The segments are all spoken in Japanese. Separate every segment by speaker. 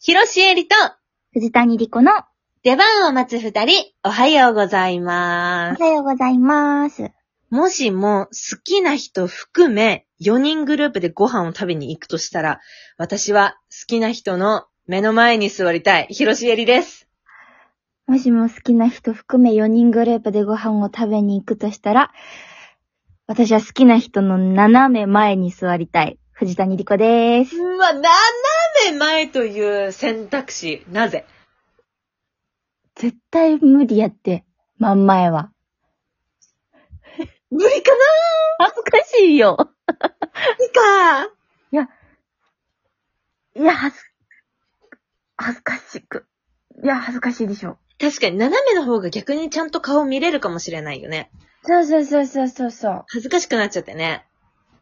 Speaker 1: 広しえりと、
Speaker 2: 藤谷莉子の、
Speaker 1: 出番を待つ二人、おはようございま
Speaker 2: お
Speaker 1: す。
Speaker 2: はようございます。
Speaker 1: もしも、好きな人含め、4人グループでご飯を食べに行くとしたら、私は好きな人の目の前に座りたい、広しえりです。
Speaker 2: もしも好きな人含め4人グループでご飯を食べに行くとしたら、私は好きな人の斜め前に座りたい。藤谷莉子です。
Speaker 1: うわ、斜め前という選択肢、なぜ
Speaker 2: 絶対無理やって、真ん前は。
Speaker 1: 無理か
Speaker 2: 恥ずかしいよ。
Speaker 1: なか。
Speaker 2: いや、恥ず、恥ずかしく。いや、恥ずかしいでしょ。
Speaker 1: 確かに、斜めの方が逆にちゃんと顔見れるかもしれないよね。
Speaker 2: そうそうそうそうそうそう。
Speaker 1: 恥ずかしくなっちゃってね。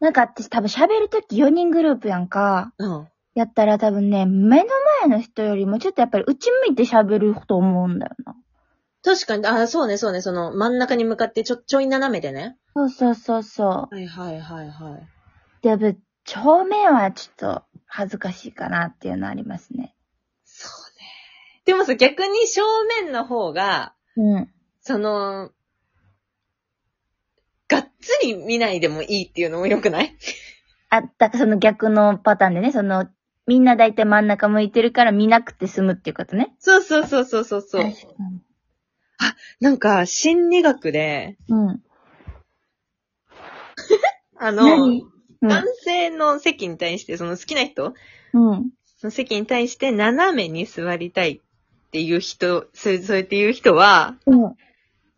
Speaker 2: なんか私多分喋るとき4人グループやんか。
Speaker 1: うん。
Speaker 2: やったら多分ね、目の前の人よりもちょっとやっぱり内向いて喋ると思うんだよな。
Speaker 1: 確かに、あ、そうね、そうね、その、真ん中に向かってちょ、ちょい斜めでね。
Speaker 2: そうそうそうそ
Speaker 1: はいはいはいはい。
Speaker 2: う。で、やっぱ正面はちょっと恥ずかしいかなっていうのありますね。
Speaker 1: そうね。でもさ、逆に正面の方が、
Speaker 2: うん。
Speaker 1: その、がっつり見ないでもいいっていうのも良くない
Speaker 2: あ、だからその逆のパターンでね、その、みんな大体真ん中向いてるから見なくて済むっていうことね。
Speaker 1: そうそうそうそうそうそう。
Speaker 2: 確かに
Speaker 1: なんか、心理学で、
Speaker 2: うん。
Speaker 1: あの
Speaker 2: 何、う
Speaker 1: 男
Speaker 2: ん。
Speaker 1: 性の席に対して、その好きな人
Speaker 2: うん。
Speaker 1: の席に対して斜めに座りたいっていう人、そうそうやっていう人は、
Speaker 2: うん。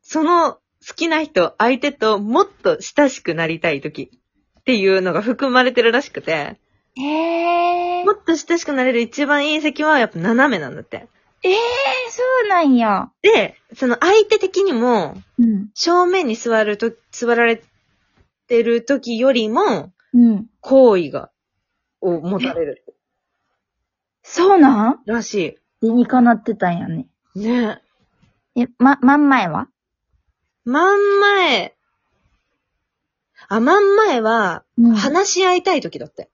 Speaker 1: その好きな人、相手ともっと親しくなりたい時っていうのが含まれてるらしくて、
Speaker 2: えー。
Speaker 1: もっと親しくなれる一番いい席はやっぱ斜めなんだって。
Speaker 2: えー、そうなんや。
Speaker 1: で、その相手的にも、
Speaker 2: うん。
Speaker 1: 正面に座ると、座られてる時よりも、
Speaker 2: うん。
Speaker 1: 好意が、を持たれる
Speaker 2: そうなん
Speaker 1: らし
Speaker 2: 理にかなってたんやね。
Speaker 1: い。ね。
Speaker 2: え、ま、真ん前は
Speaker 1: 真ん前、あ、真ん前は、
Speaker 2: うん
Speaker 1: 話し合いたい時だって。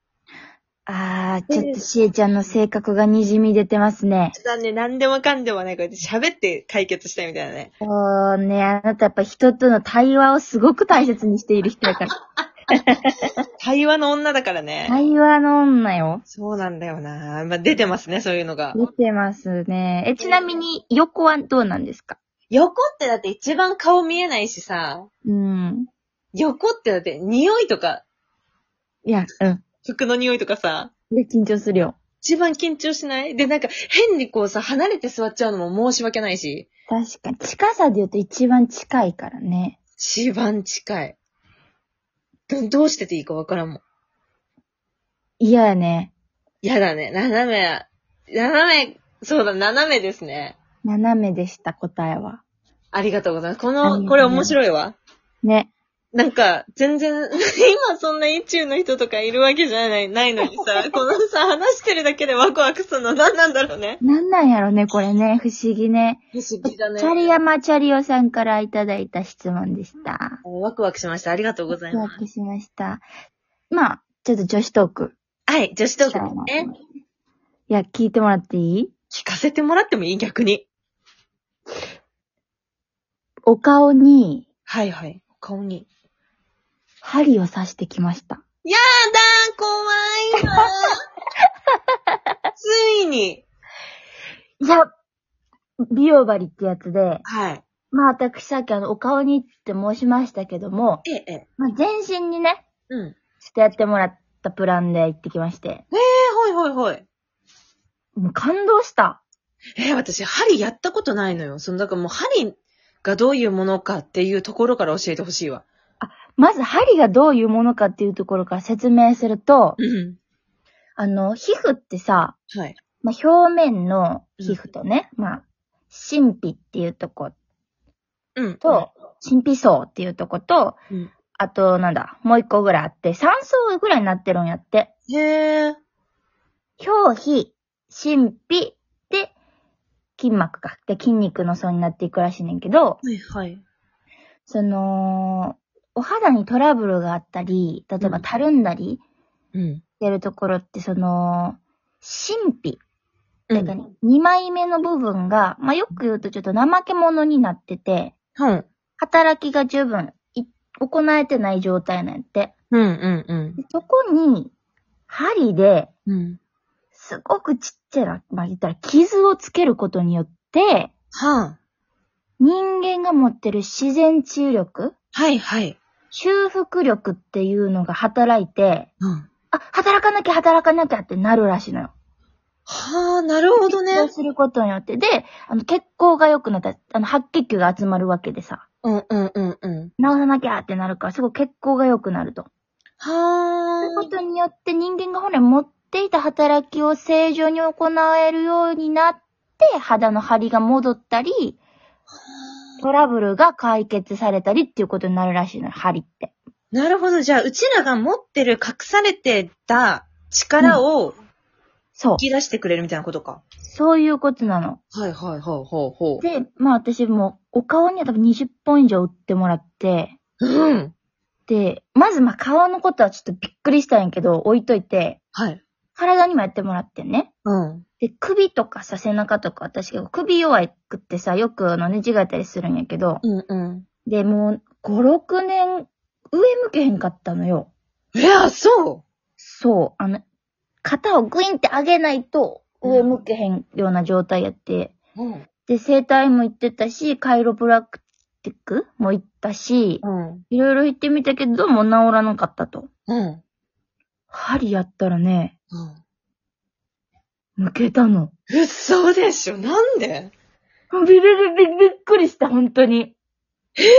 Speaker 2: あー、
Speaker 1: え
Speaker 2: ちょっとしえちゃんの性格がにじみ出てますね。
Speaker 1: だね、何でもかんでもない、こうやって喋って解決したいみたいなね。
Speaker 2: そうね、あなたやっぱ人との対話をすごく大切にしている人やから。
Speaker 1: 対話の女だからね。
Speaker 2: 対話の女よ。
Speaker 1: そうなんだよな。まあ、出てますね、そういうのが。
Speaker 2: 出てますね。え、ちなみに、横はどうなんですか
Speaker 1: 横ってだって一番顔見えないしさ、
Speaker 2: うん。
Speaker 1: 横ってだって匂いとか、
Speaker 2: いや、うん。
Speaker 1: 服の匂いとかさ、
Speaker 2: いや緊張するよ。
Speaker 1: 一番緊張しないで、なんか変にこうさ、離れて座っちゃうのも申し訳ないし、
Speaker 2: 確かに。近さで言うと一番近いからね。
Speaker 1: 一番近い。どどうしてていいかわからんもん。
Speaker 2: 嫌やね。
Speaker 1: やだね、斜め、斜め、そうだ、斜めですね。
Speaker 2: 斜めでした、答えは。
Speaker 1: ありがとうございます。こ
Speaker 2: ありがとうござい
Speaker 1: の、
Speaker 2: ます
Speaker 1: これ面白いわ。
Speaker 2: ね。
Speaker 1: なんか、全然、 今そんな一中の人とかいるわけじゃない、ないのにさ、このさ、話してるだけでワクワクするの何なんだろうね。
Speaker 2: なんなんやろね、これね。不思議ね。
Speaker 1: 不思議だね
Speaker 2: チ。ャリヤマチャリオさんからいただいた質問でした。
Speaker 1: ワクワクしました。ありがとうござい
Speaker 2: ワ
Speaker 1: ま
Speaker 2: クワクしました。まあ、ちょっと女子トーク。
Speaker 1: す。はい、女子トークですね。
Speaker 2: いや、聞いてもらっていい
Speaker 1: 聞かせてもらってもいい逆に。
Speaker 2: お顔に
Speaker 1: はいはい。顔に。
Speaker 2: 針を刺してきました。
Speaker 1: やだー、怖いわー。 ついに。
Speaker 2: いや、美容針ってやつで、
Speaker 1: はい。
Speaker 2: まあ私さっきあの、お顔にって申しましたけども、
Speaker 1: ええ、ええ。
Speaker 2: まあ全身にね、
Speaker 1: うん。え
Speaker 2: ちょっとやってもらったプランで行ってきまして、
Speaker 1: え、ほいほいほい。
Speaker 2: もう感動した。
Speaker 1: ええ、私、針やったことないのよ。その、だからもう針がどういうものかっていうところから教えてほしいわ。
Speaker 2: まず針がどういうものかっていうところから説明すると、
Speaker 1: うん。
Speaker 2: あの、皮膚ってさ、
Speaker 1: はい。
Speaker 2: まあ、表面の皮膚とね、まあ、神秘っていうとこ
Speaker 1: うん。
Speaker 2: と、神秘層っていうとこと、
Speaker 1: うん
Speaker 2: あと、なんだ、もう一個ぐらいあって、3層ぐらいになってるんやって。
Speaker 1: へえ。
Speaker 2: 表皮、神秘、で、筋膜か。で、筋肉の層になっていくらしいねんけど、
Speaker 1: はいはい。
Speaker 2: その、お肌にトラブルがあったり、例えばたるんだり
Speaker 1: うん。
Speaker 2: してるところって、その、神秘というかね、2枚目の部分が、まあ、よく言うとちょっと怠け者になってて、
Speaker 1: うん。
Speaker 2: 働きが十分い行えてない状態なんやって。
Speaker 1: うん、うん、
Speaker 2: でそこに、針で、
Speaker 1: うん。うん。
Speaker 2: すごくちっちゃな、まあ、言ったら傷をつけることによって、
Speaker 1: はあ。
Speaker 2: 人間が持ってる自然治癒力、
Speaker 1: はい、はい。
Speaker 2: 修復力っていうのが働いて、
Speaker 1: うん。
Speaker 2: あ、働かなきゃ働かなきゃってなるらしいのよ。
Speaker 1: はあ、なるほど
Speaker 2: そう
Speaker 1: ね。
Speaker 2: することによって。で、あの、血行が良くなった、あの、白血球が集まるわけでさ、
Speaker 1: うん、うん、うん、うん。
Speaker 2: 治さなきゃってなるから、すごい血行が良くなると。そういうこ
Speaker 1: は
Speaker 2: とによって人間が本来持っていた働きを正常に行えるようになって、肌の張りが戻ったり、トラブルが解決されたりっていうことになるらしいのよ、張りって。
Speaker 1: あ。なるほど。じゃあ、うちらが持ってる隠されてた力を
Speaker 2: そう。
Speaker 1: 引き出してくれるみたいなことか。
Speaker 2: そういうことなの。
Speaker 1: はい、はい、はい、ほう、ほう。
Speaker 2: で、まあ私もお顔には多分20本以上打ってもらって、
Speaker 1: うん。
Speaker 2: で、まずまあ顔のことはちょっとびっくりしたんやけど、置いといて、
Speaker 1: はい。
Speaker 2: 体にもやってもらってんね。
Speaker 1: うん。
Speaker 2: で、首とかさ、背中とか、私が首弱くってさ、よくあの、ねじれたりするんやけど、
Speaker 1: うん、うん。
Speaker 2: で、もう、5、6年、上向けへんかったのよ。
Speaker 1: いや、そ
Speaker 2: そう、あの、肩をグインって上げないと、上向けへんような状態やって、
Speaker 1: う。うん。
Speaker 2: で、整体も行ってたし、カイロプラクティックも行ったし、
Speaker 1: うん。
Speaker 2: いろいろ行ってみたけど、もう治らなかったと。
Speaker 1: うん。
Speaker 2: 針やったらね、
Speaker 1: うん。
Speaker 2: 抜けたの。
Speaker 1: 嘘でしょなんで
Speaker 2: びびびびびっくりした、本当に。え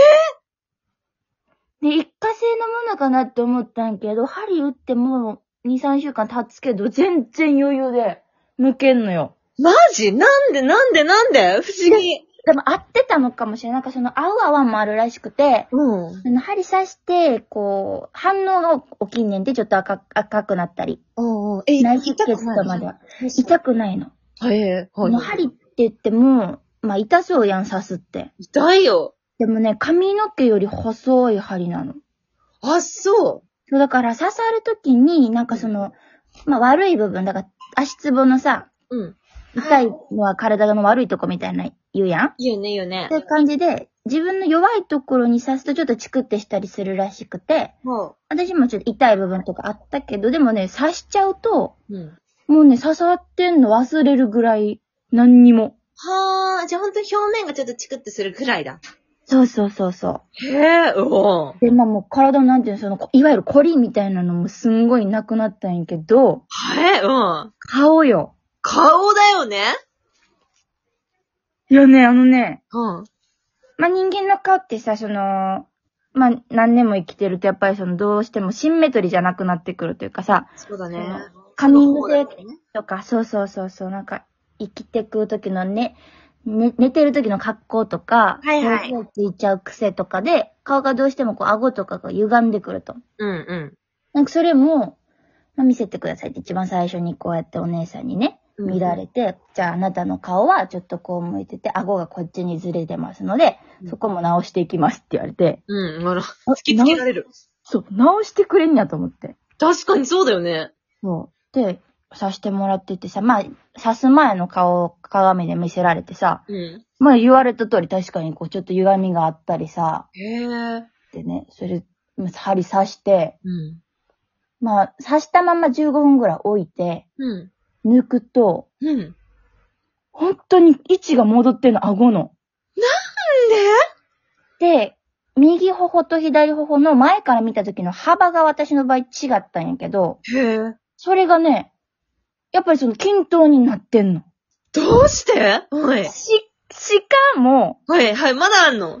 Speaker 2: ぇ、で、一過性のものかなって思ったんやけど、針打ってもう2、3週間経つけど、全然余裕で抜けんのよ。
Speaker 1: マジなんでなんでなんで不思議。
Speaker 2: でも合ってたのかもしれない。なんかその合う合わんもあるらしくて、
Speaker 1: うん。
Speaker 2: あの針刺して、こう、反応が起きんねんで、ちょっと赤赤くなったり。
Speaker 1: おうおうえ、
Speaker 2: 内出血とまでは。痛くないの。
Speaker 1: はい、はい。
Speaker 2: この針って言っても、まあ痛そうやん、刺すって。
Speaker 1: 痛いよ。
Speaker 2: でもね、髪の毛より細い針なの。
Speaker 1: あ、そ
Speaker 2: そう、だから刺さるときに、なんかその、まあ悪い部分、だから足つぼのさ、
Speaker 1: う。うん。
Speaker 2: 痛いのは体の悪いとこみたいな言うやん
Speaker 1: いいよね、いいよね
Speaker 2: そう。いう感じで、自分の弱いところに刺すとちょっとチクってしたりするらしくて、
Speaker 1: も
Speaker 2: 私もちょっと痛い部分とかあったけど、でもね、刺しちゃうと、
Speaker 1: う。うん。
Speaker 2: もうね、刺さってんの忘れるぐらい、何にも。
Speaker 1: はあ、じゃあほんと表面がちょっとチクってするくらいだ。
Speaker 2: そうそうそうそう。
Speaker 1: へえ、おう
Speaker 2: で、まあもう体のなんていうの、その、こいわゆるコリみたいなのもすんごいなくなったんやけど、
Speaker 1: はい、うん。
Speaker 2: 顔よ。
Speaker 1: 顔だよね
Speaker 2: いやね、あのね、
Speaker 1: うん。
Speaker 2: まあ人間の顔ってさ、その、まあ何年も生きてるとやっぱりそのどうしてもシンメトリーじゃなくなってくるというかさ、
Speaker 1: そうだね。
Speaker 2: カミング
Speaker 1: そう
Speaker 2: 性
Speaker 1: だね
Speaker 2: とか、そうそうそうそう、なんか生きてく時のね、ね、寝てる時の格好とか、
Speaker 1: はいはい
Speaker 2: 手をついちゃう癖とかで、顔がどうしてもこう顎とかが歪んでくると。
Speaker 1: うんうん。
Speaker 2: なんかそれも、まあ、見せてくださいって一番最初にこうやってお姉さんにね、
Speaker 1: うん
Speaker 2: 見られて、じゃああなたの顔はちょっとこう向いてて、顎がこっちにずれてますので
Speaker 1: う、ん
Speaker 2: そこも直していきますって言われて、
Speaker 1: うん、あら、突
Speaker 2: あ
Speaker 1: きつけられる。
Speaker 2: そう、直してくれんやと思って。
Speaker 1: 確かにそうだよね。
Speaker 2: そう。で、さしてもらっててさ、まあ、刺す前の顔を鏡で見せられてさ、
Speaker 1: うん。
Speaker 2: まあ言われた通り確かにこうちょっと歪みがあったりさ、
Speaker 1: へえ。
Speaker 2: でね、それ、針刺して、
Speaker 1: うん。
Speaker 2: まあ刺したまま15分ぐらい置いて、
Speaker 1: うん。
Speaker 2: 抜くと、
Speaker 1: うん。なんで
Speaker 2: 本当に位置が戻ってんの、顎の。で、右頬と左頬の前から見た時の幅が私の場合違ったんやけど、
Speaker 1: へえ。
Speaker 2: それがね、やっぱりその均等になってんの。
Speaker 1: どうしておい。
Speaker 2: し、しかも、
Speaker 1: はい、はい、まだあんの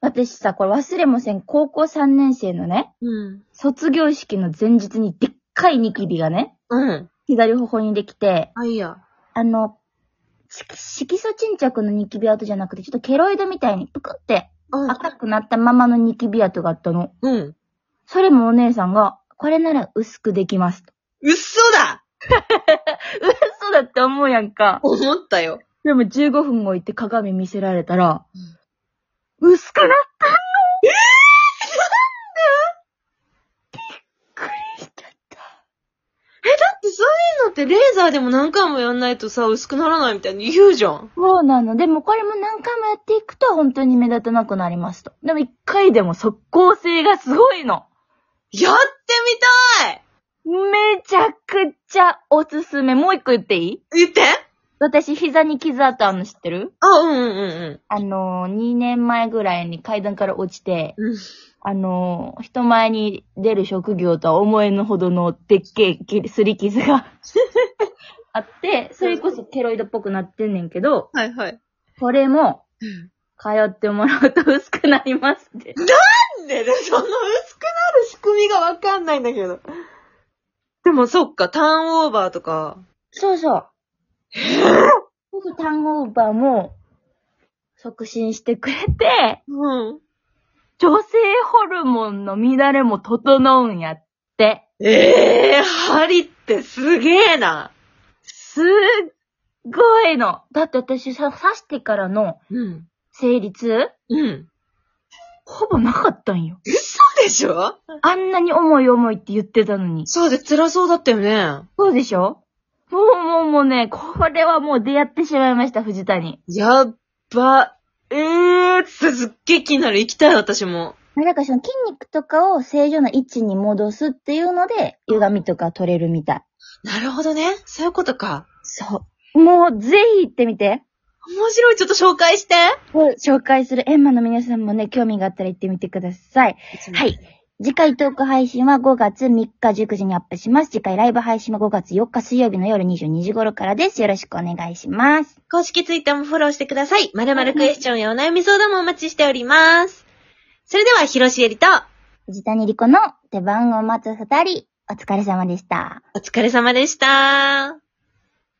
Speaker 2: 私さ、これ忘れもせん、高校3年生のね、
Speaker 1: うん。
Speaker 2: 卒業式の前日にでっかいニキビがね、
Speaker 1: うん。
Speaker 2: 左頬にできて、
Speaker 1: あ、いいや。
Speaker 2: あの、し色素沈着のニキビ跡じゃなくて、ちょっとケロイドみたいにぷくって
Speaker 1: うん。
Speaker 2: 赤くなったままのニキビ跡があったの。
Speaker 1: うん。
Speaker 2: それもお姉さんが、これなら薄くできますと。
Speaker 1: 嘘だ
Speaker 2: 嘘だって思うやんか。
Speaker 1: 思ったよ。
Speaker 2: でも15分置いて鏡見せられたら、薄くなったのえぇ、なんでびっくりしちゃっ
Speaker 1: え、
Speaker 2: た。
Speaker 1: だっていうのってレーザーでも何回もやんないとさ、薄くならないみたいに言うじゃん。
Speaker 2: そうなの。でもこれも何回もやっていくと本当に目立たなくなりますと。でも一回でも即効性がすごいの。
Speaker 1: やってみたい
Speaker 2: めちゃくちゃおすすめ。もう一個言っていい
Speaker 1: 言って
Speaker 2: 私膝に傷あったの知ってる
Speaker 1: あ、うんうんうん
Speaker 2: あのー、2年前ぐらいに階段から落ちて、
Speaker 1: うん。うん。
Speaker 2: あのー、人前に出る職業とは思えぬほどのでっけえきすり傷が あって、それこそケロイドっぽくなってんねんけど、
Speaker 1: はいはい。
Speaker 2: これも、通ってもらうと薄くなりますって。
Speaker 1: なんでね、その薄くなる仕組みがわかんないんだけど。でもそっか、ターンオーバーとか。
Speaker 2: そうそう。 僕単語オーバーも促進してくれて、
Speaker 1: うん。
Speaker 2: 女性ホルモンの乱れも整うんやって。
Speaker 1: ええー、針ってすげえな。
Speaker 2: すっごいの。だって私さ、刺してからの
Speaker 1: うん。
Speaker 2: 生理痛、
Speaker 1: うん。
Speaker 2: ほぼなかったんよ。
Speaker 1: 嘘でしょ
Speaker 2: あんなに重い重いって言ってたのに。
Speaker 1: そうで、辛そうだったよね。
Speaker 2: そうでしょもうもうもうね、これはもう出会ってしまいました、藤谷。
Speaker 1: やっば。ええー、すっげえ気になる。行きたい、私も。
Speaker 2: なんかその筋肉とかを正常な位置に戻すっていうので、歪みとか取れるみたい。
Speaker 1: なるほどね。そういうことか。
Speaker 2: そう。もうぜひ行ってみて。
Speaker 1: 面白い。ちょっと紹介して。
Speaker 2: 紹介するエンマの皆さんもね、興味があったら行ってみてください。は。
Speaker 1: はい
Speaker 2: 次回トーク配信は5月3日19時にアップします。次回ライブ配信は5月4日水曜日の夜22時頃からです。よろしくお願いします。
Speaker 1: 公式ツイッターもフォローしてください。まるまるクエスチョンやお悩み相談もお待ちしております。それでは、ひろしえりと、
Speaker 2: 藤谷莉子の出番を待つ二人、お疲れ様でした。
Speaker 1: お疲れ様でした。